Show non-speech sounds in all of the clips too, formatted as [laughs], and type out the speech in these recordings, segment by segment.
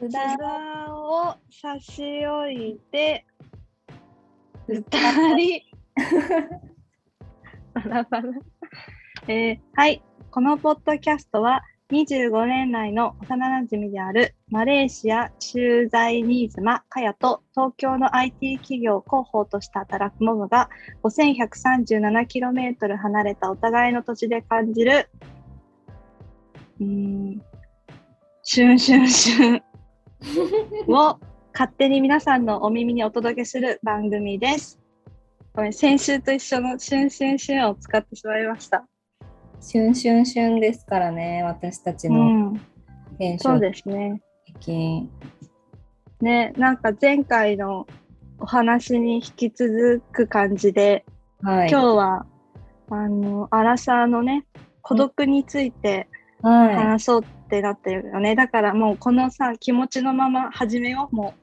札を差し置いて二人バラバラ、 [laughs] えーはいこのポッドキャストは25年来の幼馴染であるマレーシア駐在新妻かやと東京の IT 企業広報として働くモムが 5137km 離れたお互いの土地で感じるうーんシュンシュンシュン [laughs] を勝手に皆さんのお耳にお届けする番組です。ごめん、先週と一緒のシュンシュンシュンを使ってしまいました。 [laughs] シュンシュンシュンですからね、私たちうのん、現そ象うですね。的。ね、なんか前回のお話に引き続く感じで、はい。今日は、あの、アラサーのね、孤独については話そうってなってるよね。だからもうこのさ、気持ちのまま始めよう、も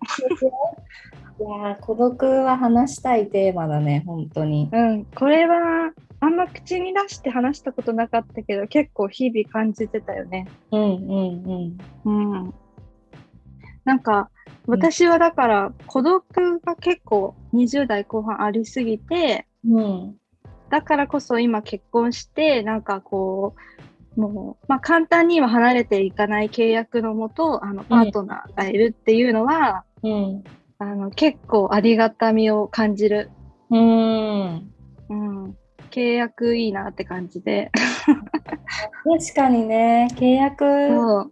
い。いやー孤独は話したいテーマだね、本当にう。。うん、これは、あんま口に出して話したことなかったけど、結構日々感じてたよね。うんうんうん。うんなんかうん私はだから孤独が結構20代後半ありすぎてうん。だからこそ今結婚してなんかこうもう、まあ、簡単には離れていかない契約のもとあのパートナーがいるっていうのは、うん。あの結構ありがたみを感じる、うん。うん、契約いいなって感じで確かにね、契約、そ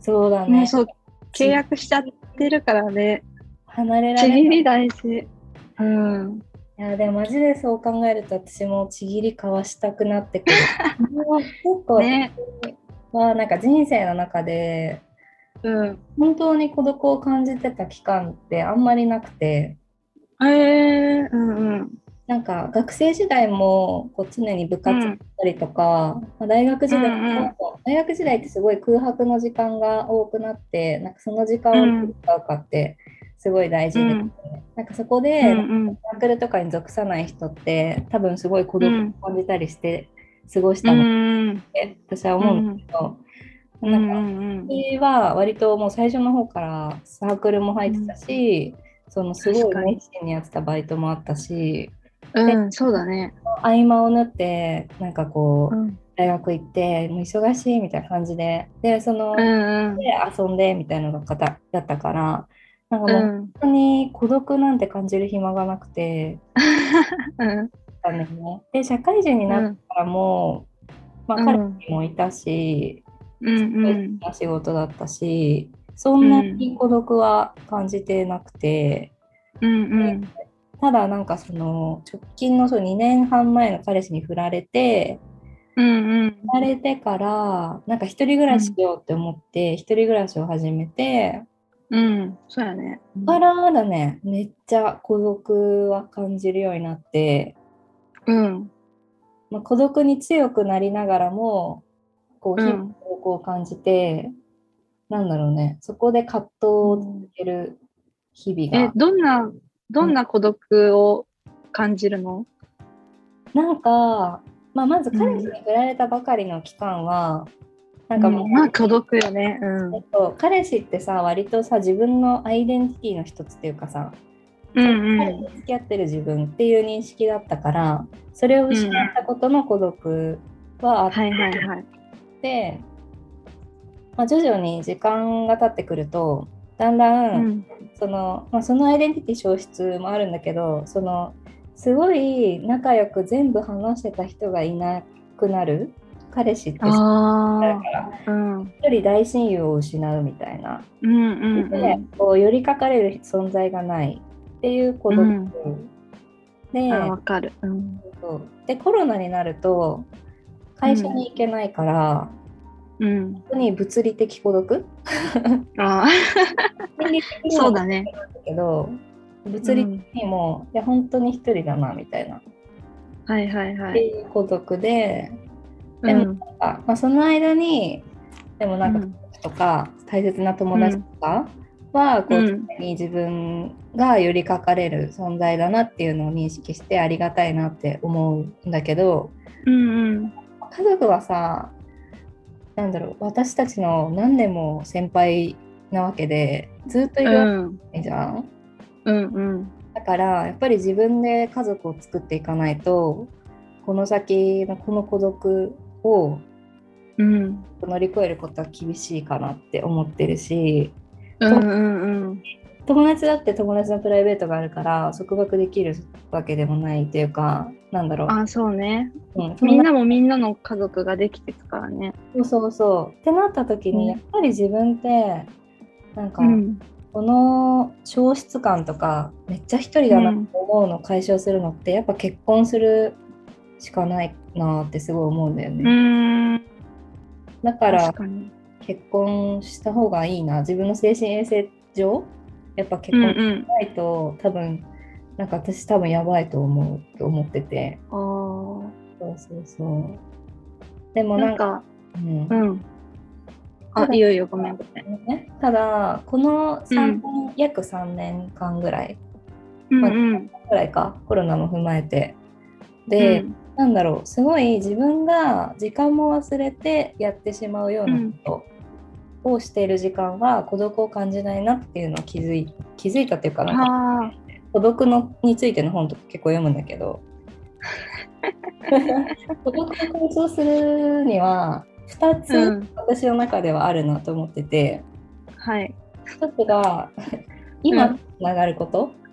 そうだう、ね、ね。そう契約しちゃってるからね離れらち [laughs] れぎない。いり大事。うんや、でもマジでそう考えると、私もちぎり交わしたくなってく [laughs] る。もう結構、ねはなんか人生の中で、うん本当に孤独を感じてた期間ってあんまりなくてええうんうん。なんか学生時代もこう常に部活うだっんたりとか、まあ大学時代も、うんうん大学時代ってすごい空白の時間が多くなってなんかその時間をどう使うかってすごい大事で、うんなんかそこでうサんークルとかに属さない人って多分すごい孤う独をん感じたりして過ごしうたのっんて私はう思うんだんけど、うなんかん私は割ともう最初の方からサークルも入ってたし、そのすご確いかに熱心にやってたバイトもあったしうんそうだね。合間を縫ってなんかこううん大学行ってもう忙しいみたいな感じででその、うんで遊んでみたいなのが方だったからなんかもうう本ん当に孤独なんて感じる暇がなくて、うんだね、で社会人になってからも、まあ、彼もいたし、うん仕事だったしそんなに孤独は感じてなくて、うんただなんかその直近のそう2年半前の彼氏に振られてうん振られてからなんか一人暮らししようって思って一人暮らしを始めてうんそうやね。からだねめっちゃ孤独は感じるようになって、うんまあ、孤独に強くなりながらもこうう日ん々孤独を感じて、なんだろうねそこで葛藤を続ける日々えがどんなどんな孤独を感じるの？なんか、まあ、まずうん彼氏に振られたばかりの期間は、なんかもう、まあ孤独よね。うんえっと、彼氏ってさ割とさ自分のアイデンティティの一つっていうかさ、うん彼と付き合ってる自分っていう認識だったからそれを失ったことの孤独はあっはいはいはい。て、まあ、徐々に時間が経ってくるとだんだん、うんその、まあ、そのアイデンティティ消失もあるんだけどそのすごい仲良く全部話してた人がいなくなる彼氏ってだあからあうんうん一人大親友を失うみたいな、うんでうこう寄りかかれる存在がないっていう孤独、うんでん。あわかる。うんそうでコロナになると会社に行けないから、うん本当に物理的孤独あ心理的あにもそうだね。だけど物理的にも、いや本当に一人だなみたいなはいはいはってい。いう孤独で、うでもんあまあ、その間にでもなんかうん家族とか、大切な友達とかは、こううん常に自分が寄りかかれる存在だなっていうのを認識してありがたいなって思うんだけどうんうん。家族はさなんだろう私たちの何年も先輩なわけでずっといるわんけじゃん、うんうんだからやっぱり自分で家族を作っていかないとこの先のこの孤独をうん乗り越えることは厳しいかなって思ってるしうんうんうん友達だって友達のプライベートがあるから束縛できるわけでもないというかなんだろう、あそうねうん、みんななもみんなの家族ができてくからねそうそうそうってなった時にうんやっぱり自分ってなんか、うんこの消失感とかめっちゃ一人だなうとん思うのを解消するのって、やっぱ結婚するしかないなってすごい思うんだようね、ーんだから確かに結婚した方がいいな自分の精神衛生上やっぱ結うん婚しうんないと、多分なんか私多分やばいと思うと思っててあーそうそうそうでもななんんかかうんうんあただいいよいいよごめんごめんねただこの3うん年、約3年間ぐらいうんまうあんぐらいかコロナも踏まえてうで、んなんだろうすごい自分が時間も忘れてやってしまうようなことをしている時間は孤独を感じないなっていうのを気づい気づいたっていうかなんかあ孤独のについての本とか結構読むんだけ [laughs] ど孤独を解消するには2ーうつん私の中ではあるなと思ってて、はい1つが今うつながること、うん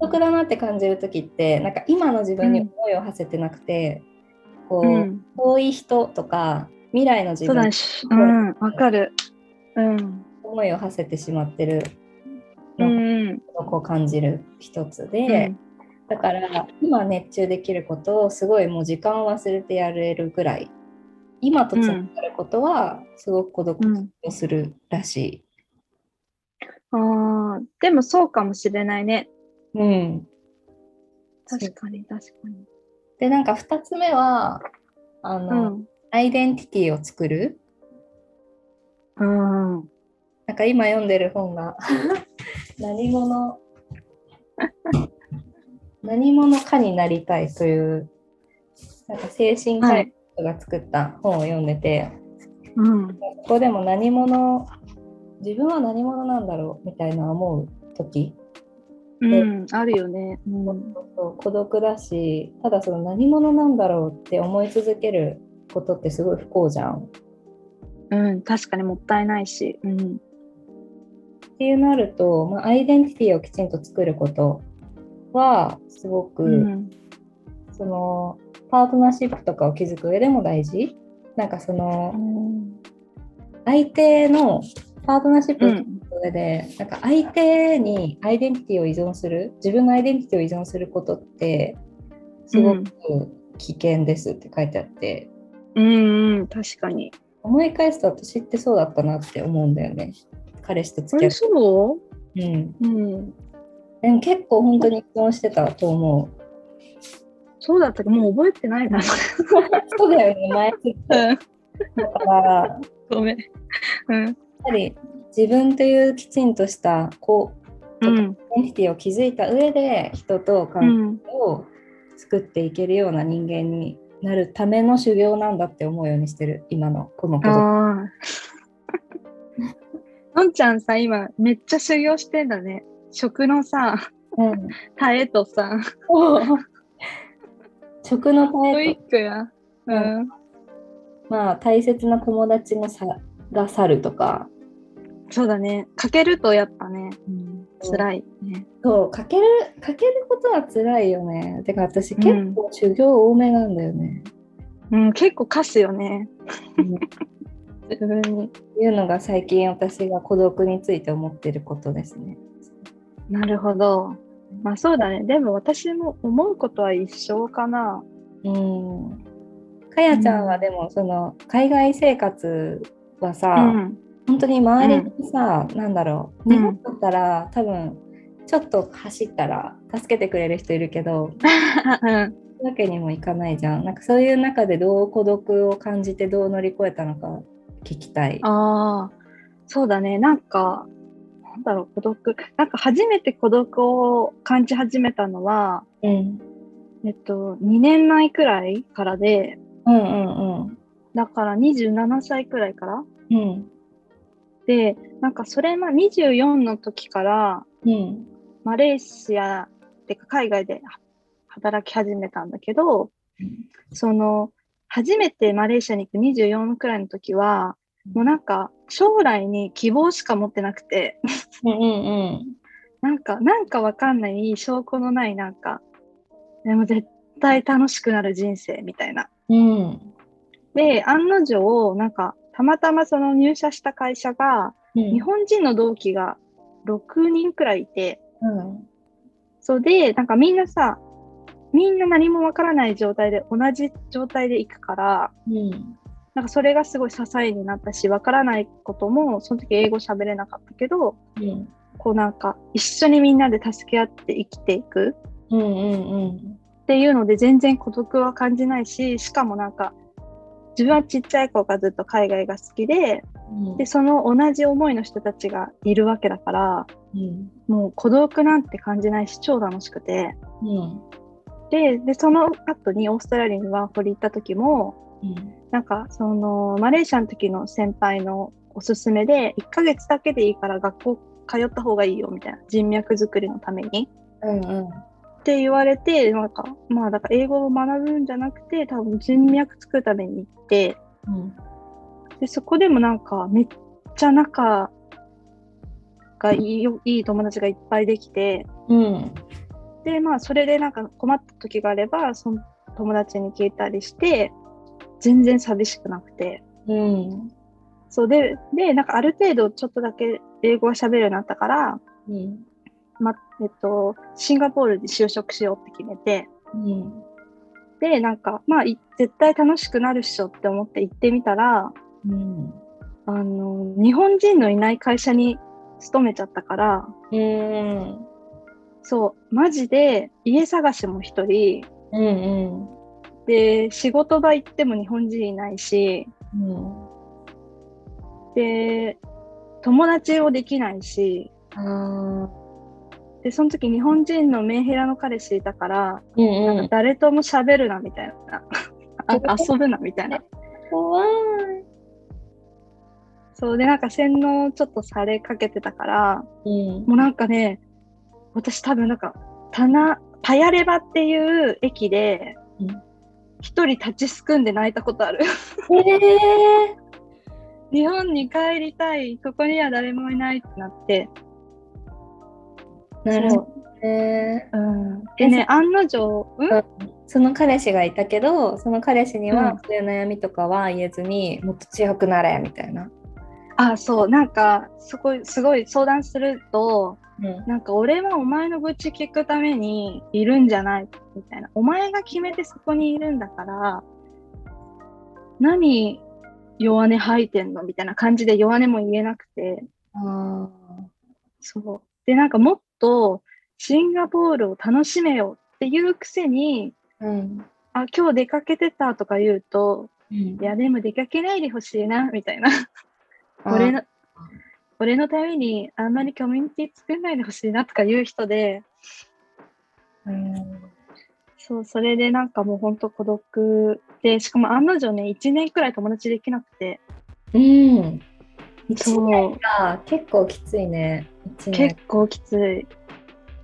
孤独だなって感じる時ってなんか今の自分に思いを馳せてなくて、こう、うん遠い人とか未来の自そう分だにしうんわかるうん思いを馳せてしまってるうのんをうんこう感じる一つうで、んだから今熱中できることをすごいもう時間を忘れてやれるぐらい今とつながることはすごく孤独うんをするらしあーでもそうかもしれないね。い。うん、確かに確かに。でなんか2つ目はあうの、ん。アイデンティティを作るうん。うんなんか今読んでる本が [laughs] 何 [laughs] 者何者かになりたいというなんか精神科医の人が作った本を読んでて、うん。ここでも何者自分は何者なんだろうみたいな思う時うん。あるよね。うん。そう孤独だしただその何者なんだろうって思い続けることってすごい不幸じゃん。うん。確かにもったいないし。うん。っていうなると、まあ、アイデンティティをきちんと作ることはすごく、うん。そのパートナーシップとかを築く上でも大事なんかその相手のパートナーシップうを築ん。く上で、なんか相手にアイデンティティを依存する自分のアイデンティティを依存することってすごく危険ですって書いてあって、うん。うん。確かに。思い返すと私ってそうだったなって思うんだよね彼氏とあ付き合れっそて、うん、ううん。でも結構本当に依存してたと思うそうだったっけもう覚えてないな。そうだよね前うん。だからごめん。うん。やっぱり自分というきちんとしたこううん。アイデンティティを築いた上で人とう関ん。係を作っていけるような人間になるための修行なんだって思うようにしてる今のこの子供ああ。 [laughs] のんちゃんさ、今、めっちゃ修行してんだね。食のさ、うんタエとさ、 [laughs] 食のト耐えイとックや。うん。まあ大切な友達のさが去るとか、そうだね。かけるとやっぱね、辛いね。そうかけるかけることは辛いよねてか私結構修行多めなんだよね、うん、結構貸すよね。うん自分に。いうのが最近私が孤独について思ってることですね。なるほど。まあそうだね。でも私も思うことは一緒かな。うん。かやちゃんはでもその海外生活はさ、 [laughs] うん。本当に周りにさ、なんだろううん日本だったら多分ちょっと走ったら助けてくれる人いるけどうんそういうわけにもいかないじゃんなんかそういう中でどう孤独を感じてどう乗り越えたのか聞きたい。ああ、そうだね。なんか、なんだろう、孤独。なんか初めて孤独を感じ始めたのは、うん、えっと、2年前くらいからで、うんうんうんだから27歳くらいからうんでなんかそれまあ24の時からうん。マレーシアってか海外では働き始めたんだけどうんその初めてマレーシアに行く24くらいの時はもうなんか将来に希望しか持ってなくて [laughs] うんうんなんかなんかわかんない証拠のないなんかでも絶対楽しくなる人生みたいな。うん。うん。で案の定なんかたまたまその入社した会社が日本人の同期が6人くらいいて。うん。そうで、なんかみんなさ、みんな何もわからない状態で、同じ状態で行くから、うん。なんかそれがすごい支えになったし、わからないことも、その時英語喋れなかったけど、うん。こうなんか一緒にみんなで助け合って生きていくうんうんうん。っていうので、全然孤独は感じないし、しかもなんか、自分はちっちゃい頃からずっと海外が好きで、うんで、その同じ思いの人たちがいるわけだから、うん。もう孤独なんて感じないし、超楽しくて。うん。ででその後にオーストラリアにワーホリ行った時もうん。なんかそのマレーシアの時の先輩のおすすめで1ヶ月だけでいいから学校通った方がいいよみたいな人脈作りのためにうんうん。って言われてなんかまあだから英語を学ぶんじゃなくて多分人脈作るために行ってうん。でそこでもなんかめっちゃ仲がいいよいい友達がいっぱいできてうん。でまあそれでなんか困った時があればその友達に聞いたりして全然寂しくなくてうん。そうででなんかある程度ちょっとだけ英語が喋るようになったから、うん。まえっと、シンガポールで就職しようって決めてうん。でなんかまあい絶対楽しくなるっしょって思って行ってみたらうん。あの日本人のいない会社に勤めちゃったからうん。そうマジで家探しも一人うん。で仕事場行っても日本人いないしうん。で友達をできないしああ。でその時日本人のメンヘラの彼氏いたから、うんなんか誰とも喋るなみたいなあ遊ぶなみたいな怖い。そうでなんか洗脳ちょっとされかけてたからうん。もうなんかね私多分なんかタナパヤレバっていう駅でうん一人立ちすくんで泣いたことある [laughs] ええ。日本に帰りたいここには誰もいないってなってなるほどね。そううんでね案の定うんその彼氏がいたけど、その彼氏にうはんそういう悩みとかは言えずに、もっと強くなれみたいな。あそうなんかそこすごい相談するとうん。なんか俺はお前の愚痴聞くためにいるんじゃないみたいなお前が決めてそこにいるんだから何弱音吐いてんのみたいな感じで弱音も言えなくてああ。そうでなんかもっとシンガポールを楽しめよっていうくせにうん。あ今日出かけてたとか言うとうんいやでも出かけないでほしいなみたいな俺の俺のためにあんまりコミュニティ作んないでほしいなとか言う人でうんそうそれでなんかもうほんと孤独でしかも案の定ね1年くらい友達できなくてうん。一そう年か結構きついね。一年結。構きつい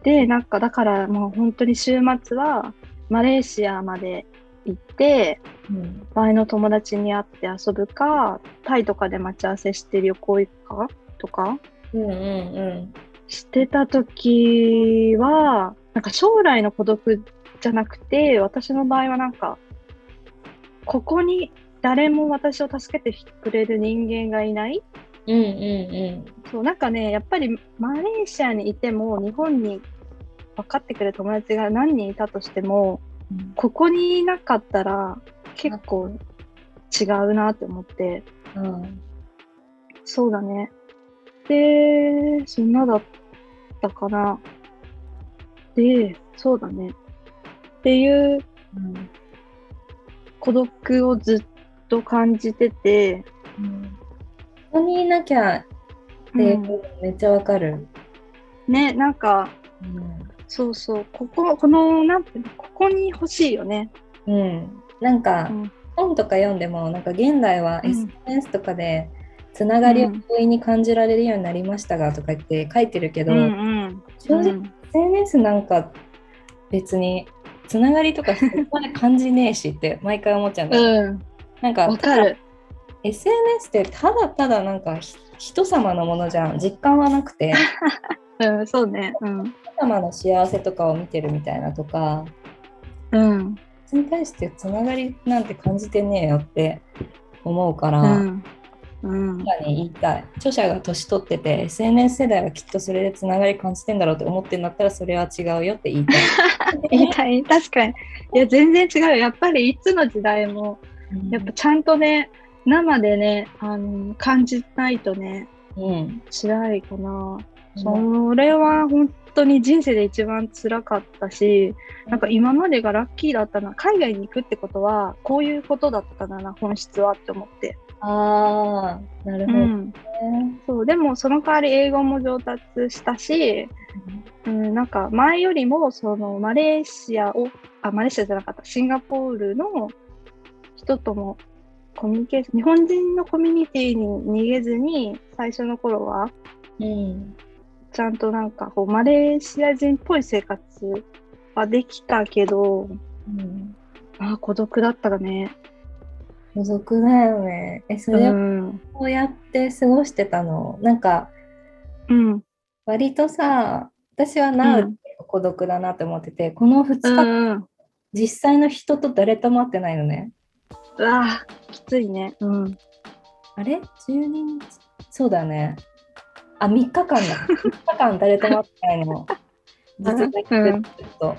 でなんかだからもう本当に週末はマレーシアまで行ってうん場合の友達に会って遊ぶかタイとかで待ち合わせして旅行行くかとかうんうんしてた時はなんか将来の孤独じゃなくて私の場合はなんかここに誰も私を助けてくれる人間がいないうん。うんうんそうなんかねやっぱりマレーシアにいても日本に分かってくれる友達が何人いたとしてもうん。ここにいなかったら結構違うなって思ってうんそうだねでそんなだったかなでそうだねっていううん孤独をずっと感じてて、うんここにいなきゃっでてめっちゃわかる。ねなんかそうそうこここのなんていうのここに欲しいよねうん。なんかうん本とか読んでもなんか現代はうん SNS とかでつながりを不意に感じられるようになりましたがとか言って書いてるけど、うん正直 SNS なんか別につながりとかそこまで感じねえしって毎回思っちゃうんだよ、うんなんわかかる SNS ってただただなんかひ人様のものじゃん実感はなくてうんそうねうん人様の幸せとかを見てるみたいなとかうんそれに対してつながりなんて感じてねえよって思うから、うんうん確かに言いたい著者が年取ってて SNS 世代はきっとそれでつながり感じてんだろうって思ってんだったらそれは違うよって言いた [laughs] い。言いたい確かにいや全然違うよやっぱりいつの時代もやっぱちゃんとね生でねあの感じないとねうん、つらいかなそれは本当に人生で一番辛かったし、なんか今までがラッキーだったな、海外に行くってことは、こういうことだったんだな、本質はって思って。ああなるほどね。そうでも、その代わり英語も上達したし、うん、なんか前よりもそのマレーシアを、あ、マレーシアじゃなかった、シンガポールの人ともコミュニケーション、日本人のコミュニティに逃げずに、最初の頃はうんちゃんとなんかこうマレーシア人っぽい生活はできたけど、うんああ孤独だったがね。孤独だよね。えそうれをん。こうやって過ごしてたの、なんかうん。割とさ私はな、うん孤独だなって思っててこの2う日、ん。う実際の人と誰とも会ってないのね。わーきついね。うん。あれ ?12 日そうだね。あ、3日間だ。3日間誰とも会ってない [laughs] の。実在してると。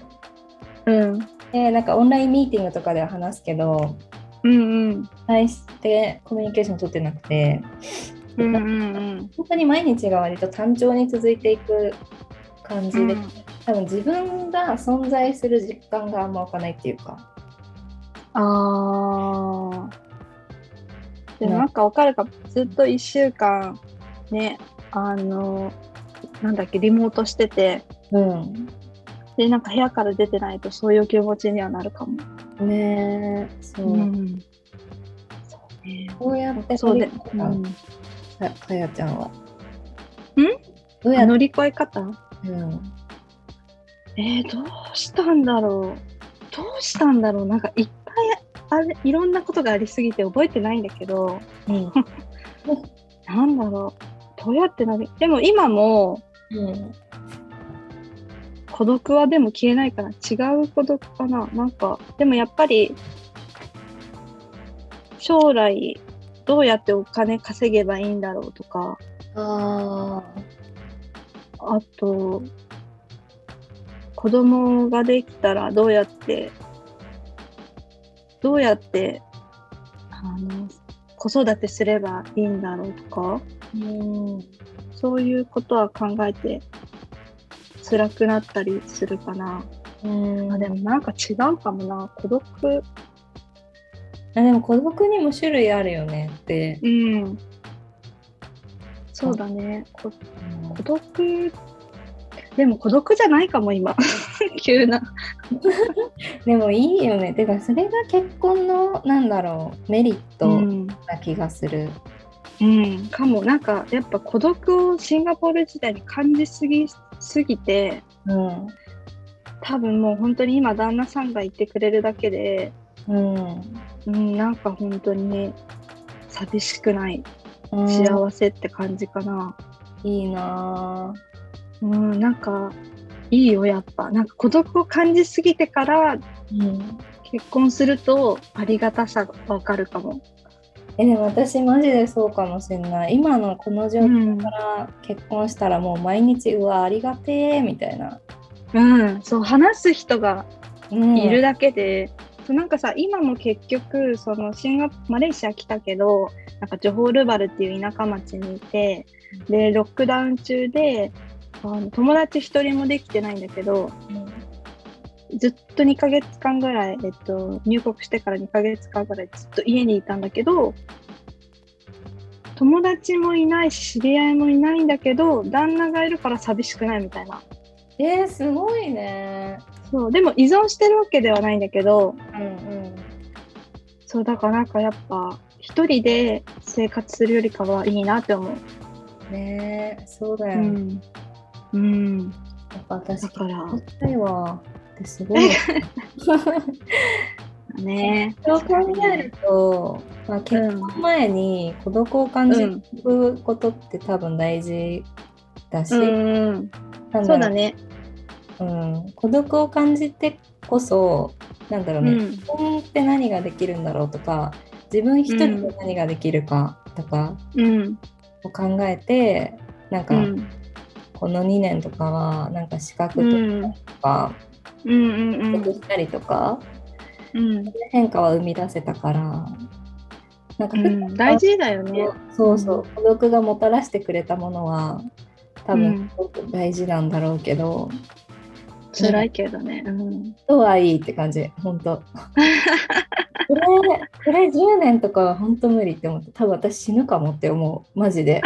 うん。で、なんかオンラインミーティングとかでは話すけど、うんうん。対してコミュニケーション取ってなくて、うんうん本当に毎日が割と単調に続いていく感じうで、ん。多分自分が存在する実感があんま湧かないっていうか。ああ。でもなんかわかるかもずっと1週間ね、あの、なんだっけ、リモートしてて、うん。で、なんか部屋から出てないとそういう気持ちにはなるかも。ねえ、そう。ん。そうね。こうやってそうで、乗り越えうたのん、かかやちゃんは。んどうやあっ乗り越え方うんえー、どうしたんだろうどうしたんだろうなんかいっぱいあれいろんなことがありすぎて覚えてないんだけどうんなんだろうどうやってなりでも今もうん孤独はでも消えないから違う孤独かななんかでもやっぱり将来どうやってお金稼げばいいんだろうとかああと、子供ができたらどうやって、どうやって、あの、子育てすればいいんだろうとか、ーうんそういうことは考えて、辛くなったりするかな。うんまあでもなんか違うかもな。孤独。あでも孤独にも種類あるよねって、うん。そうだね。こ孤独、でも孤独じゃないかも、今。 [laughs] 急な。でもいいよねてかそれが結婚のなんだろうメリットんな気がする、うん、かもなんかやっぱ孤独をシンガポール時代に感じすぎすぎてうん多分もう本当に今旦那さんがいてくれるだけで、うんうん、なんか本当にね寂しくないうん幸せって感じかな、いいなぁうん、なんかいいよやっぱなんか孤独を感じすぎてかうらん結婚するとありがたさがわかるかも、えでも私マジでそうかもしれない今のこの状う況んから結婚したらもう毎日うわありがてえみたいな、うん、そう話す人がうんいるだけで、そうなんかさ今も結局そのシンガマレーシア来たけどなんかジョホールバルっていう田舎町にいてでロックダウン中であの友達一人もできてないんだけどずっと2ヶ月間ぐらい、えっと、入国してから2ヶ月間ぐらいずっと家にいたんだけど友達もいないし知り合いもいないんだけど旦那がいるから寂しくないみたいなえー、すごいねそうでも依存してるわけではないんだけどうんうんそうだからなんかやっぱ一人で生活するよりかはいいなって思う。ねえそうだうよ、ねん。うん。やっぱ私だから聞きたいわってすごい [laughs] ねそう考えると、まあ、結婚前に孤独を感じることって多分大事だし、うん。なんそうろだね。うん、孤独を感じてこそなんだろううね、ん。自分って何ができるんだろうとか自分一人で何ができるかとかうん。を考えて、なんうかん。この2年とかはなんか資う格ん。とかうん。う取ん得。したりとか、うん。変化は生み出せたからなんかう普段は、ん、大事だよね。そうそう孤独がもたらしてくれたものは多うん分すごく大事なんだろうけど、辛いけどね。うん。とはいいって感じ、本当。これ、これ10年とかは本当無理って思って、多分私死ぬかもって思う、マジで。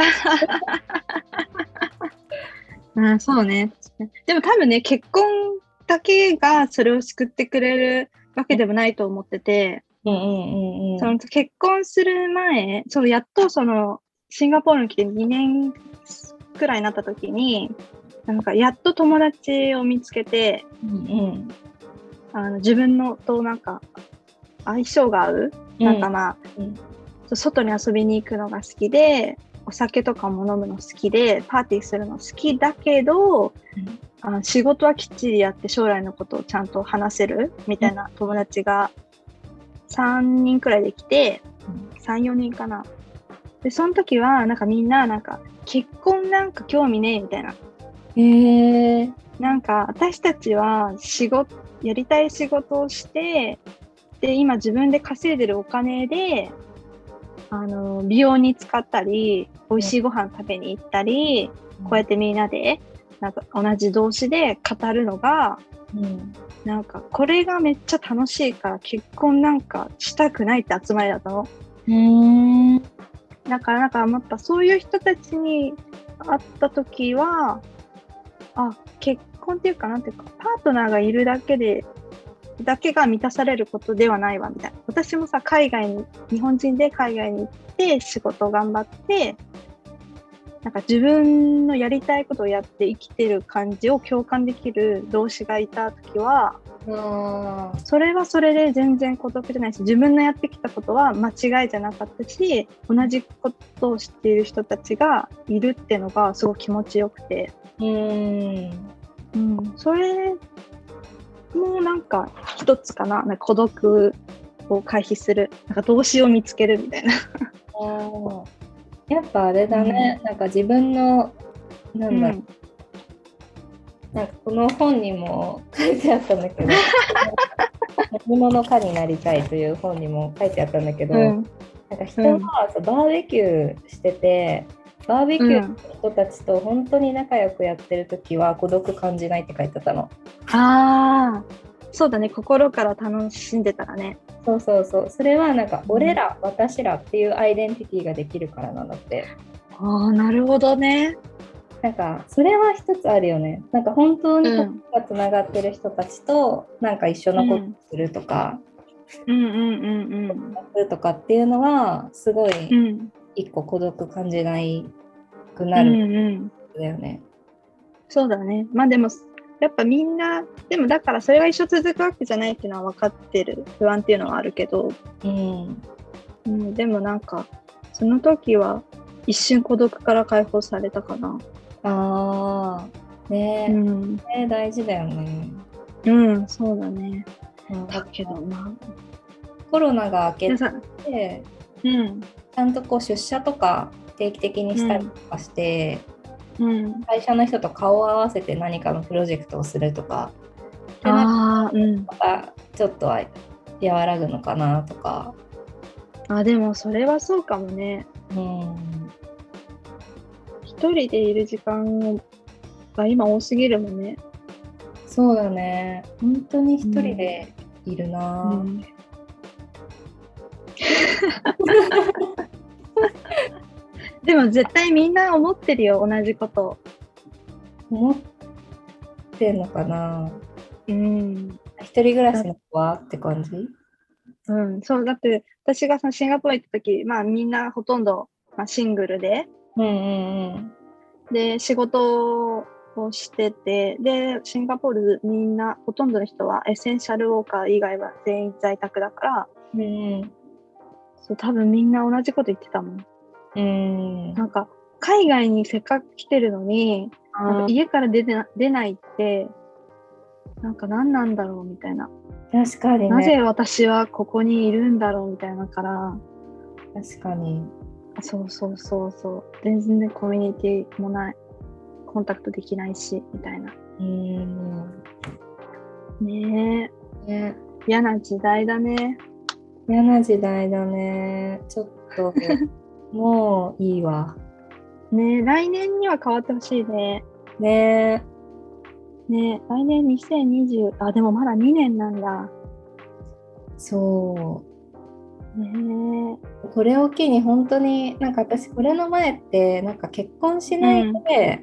うん、そうね。でも多分ね、結婚だけがそれを救ってくれるわけでもないと思ってて、うんうんうんその結婚する前、そうやっとそのシンガポールに来て2年くらいになった時に、なんかやっと友達を見つけて、うん。あの自分のとなんか相性が合うなんかまあ、うん外に遊びに行くのが好きで、お酒とかも飲むの好きで、パーティーするの好きだけど、うんあ仕事はきっちりやって将来のことをちゃんと話せるみたいな友達が3人くらいできて、3、4人かな。で、その時は、なんかみんな、なんか、結婚なんか興味ねえみたいな。へえ。なんか私たちは仕事やりたい仕事をしてで今自分で稼いでるお金であの美容に使ったり美味しいご飯食べに行ったりこうやってみんなでなんか同じ動詞で語るのがうん。なんかこれがめっちゃ楽しいから結婚なんかしたくないって集まりだったの。うん。だからなんかやっぱそういう人たちに会った時はあ結婚っていうかなんていうかパートナーがいるだけでだけが満たされることではないわみたいな私もさ海外に日本人で海外に行って仕事を頑張ってなんか自分のやりたいことをやって生きてる感じを共感できる同志がいた時はあーそれはそれで全然孤独じゃないし自分のやってきたことは間違いじゃなかったし同じことを知っている人たちがいるってのがすごい気持ちよくて、うん。うん、それもなんか一つかななんか孤独を回避するなんか動詞を見つけるみたいな。あーやっぱあれだね、なんか自分の、なんだろう、なんかこの本にも書いてあったんだ [laughs] けど、何者かになりたいという本にも書いてあったんだけど、うんなんか人がそうバーベキューしてて、バーベキューの人たちと本当に仲良くやってる時は孤独感じないって書いてあったの。ああそうだね心から楽しんでたらね。そうそうそう。それはなんか俺ら、私らっていうアイデンティティができるからなんだって。ああなるほどね。なんかそれは一つあるよね。なんか本当にうん心がつながってる人たちとなんか一緒のことをするとか、うんうんうんするとかっていうのはすごいうん。うん一個孤独感じないくうなるんんうんだよね。そうだね。まあでも、やっぱみんな、でもだからそれが一生続くわけじゃないっていうのは分かってる不安っていうのはあるけど、うん。うん、でもなんか、その時は一瞬孤独から解放されたかな。ああ、ねうえ、ん、ね大事だよね。うん、そうだね。うんだけど、まあ、コロナが明皆けさん、て、うん、ちゃんとこう出社とか定期的にしたりとかして、うん、会社の人と顔を合わせて何かのプロジェクトをするとか、でなんかああ、うん。またちょっとは和らぐのかなとか、あ、でもそれはそうかもね。うん、一人でいる時間が今多すぎるもんね。そうだね。本当に一人でいるな、うん、 [laughs] でも絶対みんな思ってるよ同じこと思ってんのかなうん一人暮らしの子はって感じうん、そうだって私がそのシンガポール行った時、まあ、みんなほとんど、まあ、シングルでうんうんうん。で仕事をしててでシンガポールみんなほとんどの人はエッセンシャルウォーカー以外は全員在宅だからうんそう多分みんな同じこと言ってたもん。うん。うんなんか海外にせっかく来てるのになんか家から出てな出ないってなんか何なんだろうみたいな、確かになね。ぜ私はここにいるんだろうみたいなから確かに。そうそうそうそう全然コミュニティもないコンタクトできないしみたいなうん。ねえね。嫌な時代だね嫌な時代だね。ちょっ [laughs] と、もういいわ。ねえ来年には変わってほしいねねねえ来年2020あでもまだ2年なんだそう。ねこれを機に本当になんか私これの前ってなんか結婚しないで、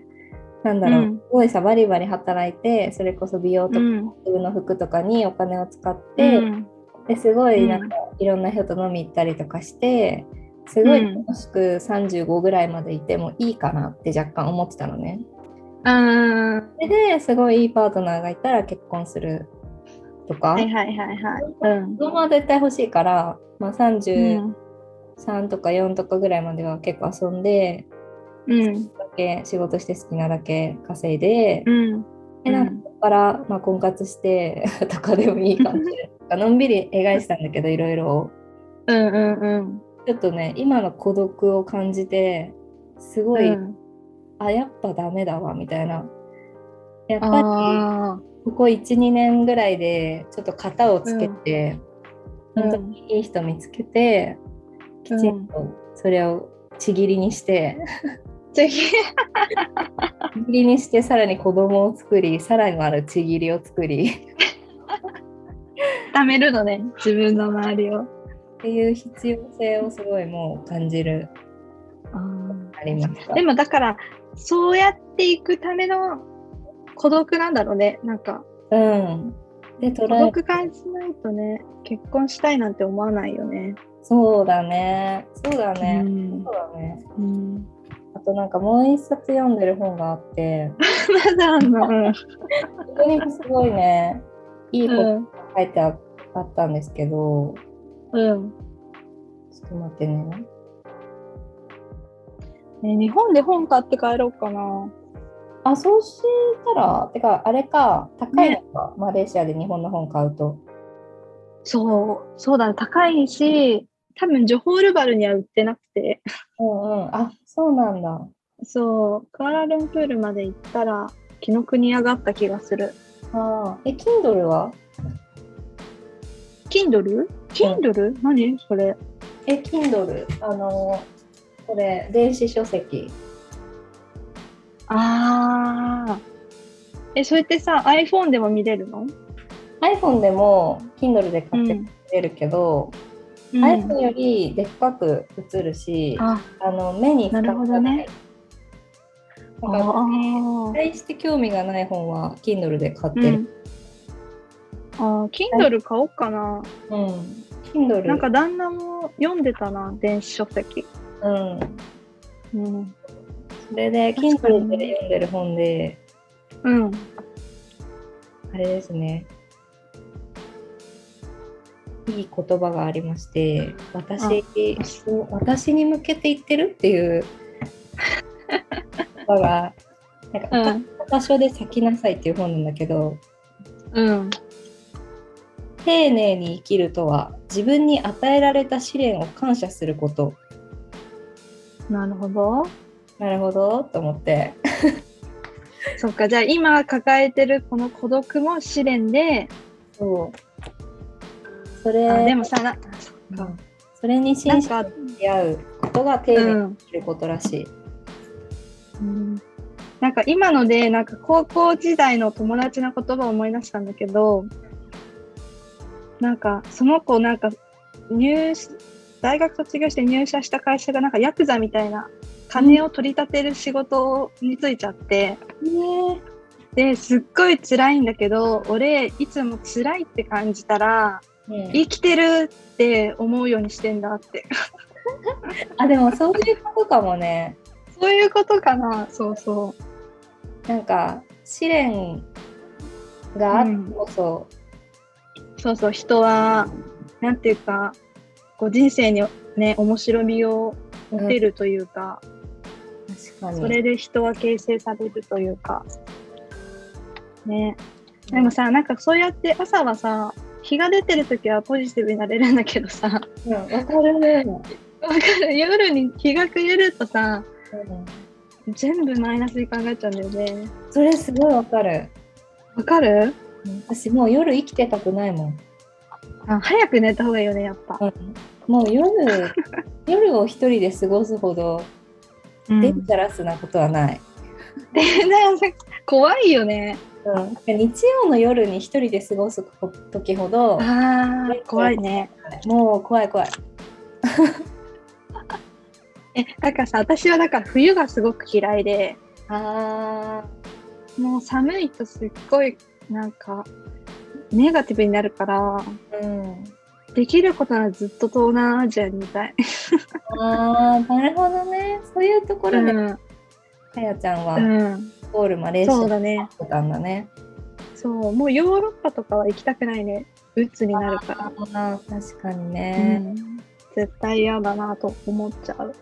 なんだろう、うんすごいさバリバリ働いてそれこそ美容とえかうん自分の服とかにお金を使って、うんですごいうんなんかいろんな人と飲み行ったりとかしてすごいうん楽しく35ぐらいまでいてもいいかなって若干思ってたのね。うんそれですごいいいパートナーがいたら結婚するとか、はいはいはいはいうん子供は絶対欲しいから、まあ、30、うん3とか4とかぐらいまでは結構遊んでうんだけ仕事して好きなだけ稼いで、うんでなんかそこから、まあ、婚活して [laughs] とかでもいいかもしれないのんびり描いてたんだけどいろいろうんうんちょっとね今の孤独を感じてすうごい、んあやっぱダメだわみたいなやっぱりあここ12年ぐらいでちょっと型をつけて、うん本当にいい人見つけて、うんきちんとそれをちぎりにして。ー次ちぎりにしてさらに子供を作りさらにあるちぎりを作り貯めるのね自分の周りをっていう必要性をすごいもう感じるありましたでもだからそうやっていくための孤独なんだろうねなんかうんで孤捉え独感しないとね結婚したいなんて思わないよね。そうだねそうだね、うんそうだねうん、あとなんかもう一冊読んでる本があってまだあんの、ここにもすごいねいいこと [laughs] うがん書いてああったんですけどうんちょっと待ってねね、日本で本買って帰ろうかな。あそうしたらてかあれか高いのか、マレーシアで日本の本買うとそうそうだね高いし多分ジョホールバルには売ってなくてうんうんあそうなんだそうクアラルンプールまで行ったら紀ノ国屋があった気がする。ああ、え、Kindle は Kindle? Kindle?、何それえ、Kindle、あのー、これ、電子書籍。ああ。え、それってさ、iPhone でも見れるの iPhone でも Kindle で買ってうんくれるけど、うん、 iPhone よりでっかく映るし、ああ、の目に負担がなるほどね。だあから、あ。対して興味がない本は Kindle で買ってうるん。ああ、Kindle 買おうかな。うん。Kindle、なんか旦那も読んでたな、電子書籍。うん。うん。それで、確かに Kindle で読んでる本で、うん。あれですね。いい言葉がありまして、私私に向けて言ってるっていう言葉が、なんうか、ん。場所で咲きなさいっていう本なんだけど、うん。丁寧に生きるとは、自分に与えられた試練を感謝すること。なるほど。なるほどと思って。そっか、じゃあ今抱えてるこの孤独も試練で、そう。そあれ、でもさ、なそっうかんそれにな真ん摯か、に出会うことが丁う寧にん。生きることらしい。うんなんか今のでなんか高校時代の友達の言葉を思い出したんだけどなんかその子なんか入社大学卒業して入社した会社がなんかヤクザみたいな金を取り立てる仕事に就いちゃってねですっごい辛いんだけど俺いつも辛いって感じたらえ。うん生きてるって思うようにしてんだって。 [laughs] あでもそういうことかもねそういうことかな。そうそなんか試練があってこそ、う。そうそう。人は、なんていうか、こう人生にね、面白みを持てるというか、確かにそれで人は形成されるというか。ね。でもさ、なんかそうやって朝はさ、日が出てる時はポジティブになれるんだけどさ、 [laughs] わうんわ、かる、うんかる夜に日が暮れるとさ、全部マイナスに考えちゃうんだよね。それすごいわかるわかる私もう夜生きてたくないもん、あ早く寝た方がいいよね、やっぱ。もう夜夜を一人で過ごすほどデンジャラスなことはない、でなんか怖いよね。うん日曜の夜に一人で過ごす時ほどああ、怖いね。もう怖い怖いえ、なんかさ、私はだから冬がすごく嫌いで、あもう寒いとすっごいなんかネガティブになるから、うんできることならずっと東南アジアにいたい。あーなるほどねそういうところで、ん、かやちゃんは、うん、ゴールマレーシアそうだだね。ったんだねそう、もうヨーロッパとかは行きたくないね。鬱になるから。あー確かにうね、ん絶対嫌だなと思っちゃう。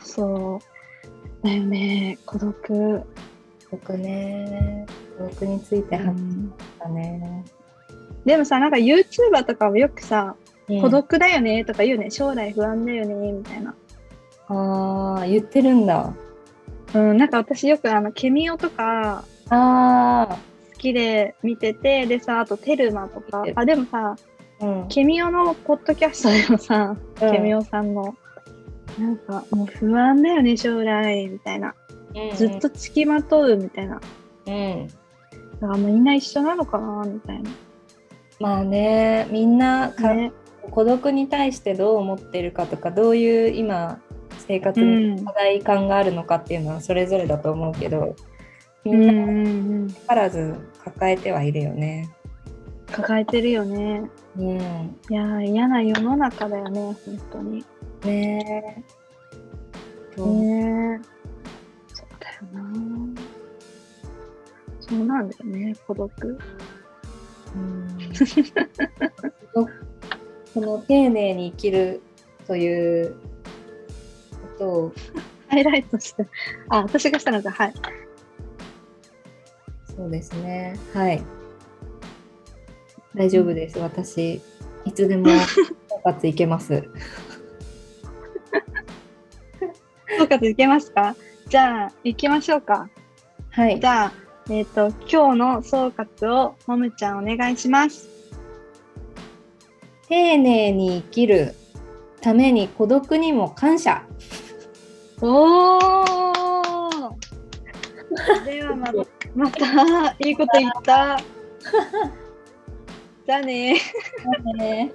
そう。だよね、孤独。僕ね僕について話したね、でもさ、なんか YouTuber とかもよくうさ、ん孤独だよねとか言うね、将来不安だよね、みたいな。ああ言ってるんだうん、なんか私よくあの、ケミオとかあ好きで見てて、でさ、あとテルマとか見て、るあ、でもさ、あうんケミオのポッドキャストでもさ、ケミオさんの、なんかもう不安だよね、将来、みたいな。ずっとつきまとう、みたいな。うんだからもうみんな一緒なのかな、みたいな。まあねみんなか、ね、孤独に対してどう思ってるかとかどういう今生活うにん課題感があるのかっていうのはそれぞれだと思うけど、うみんうんなんうん。からず抱えてはいるよね。抱えてるよね。うん、いやー、嫌な世の中だよね、本当に。ねえ、ねそうだよなそうなんだよね孤独うん、 [laughs] このこの丁寧に生きるということをハイライトしてあ私がしたのかはいそうですね。はい。大丈夫です。私、いつでも婚活いけ [laughs] ます。総括いけますかじゃあ行きましょうかはいじ。ゃあえっ、と今日の総括をもむちゃんお願いします丁寧に生きるために孤独にも感謝。おおではままたいいこと言ったじゃあねね